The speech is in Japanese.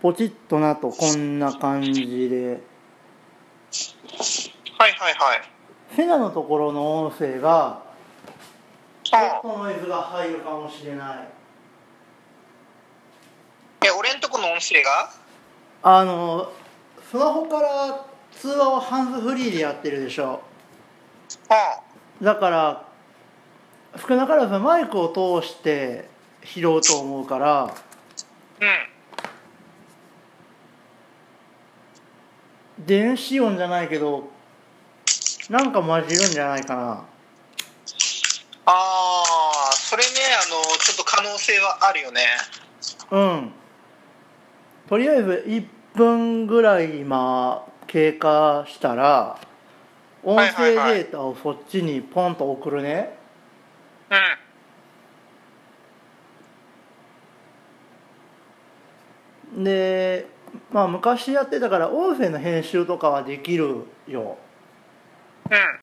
ポチッとなとこんな感じではいはいはい。フェナのところの音声がちょっうとノイズが入るかもしれないん。え、俺んとこの音声があのスマホから通話をハンズフリーでやってるでしょうだから少なからずマイクを通して拾うと思うからん。うん。電子音じゃないけどなんか混じるんじゃないかなああ、それね、あの、ちょっと可能性はあるよね。うんとりあえず1分ぐらい今経過したら音はいは声いデはいータをそっちにポンと送るねうん。でまあ昔やってたから音声の編集とかはできるようん。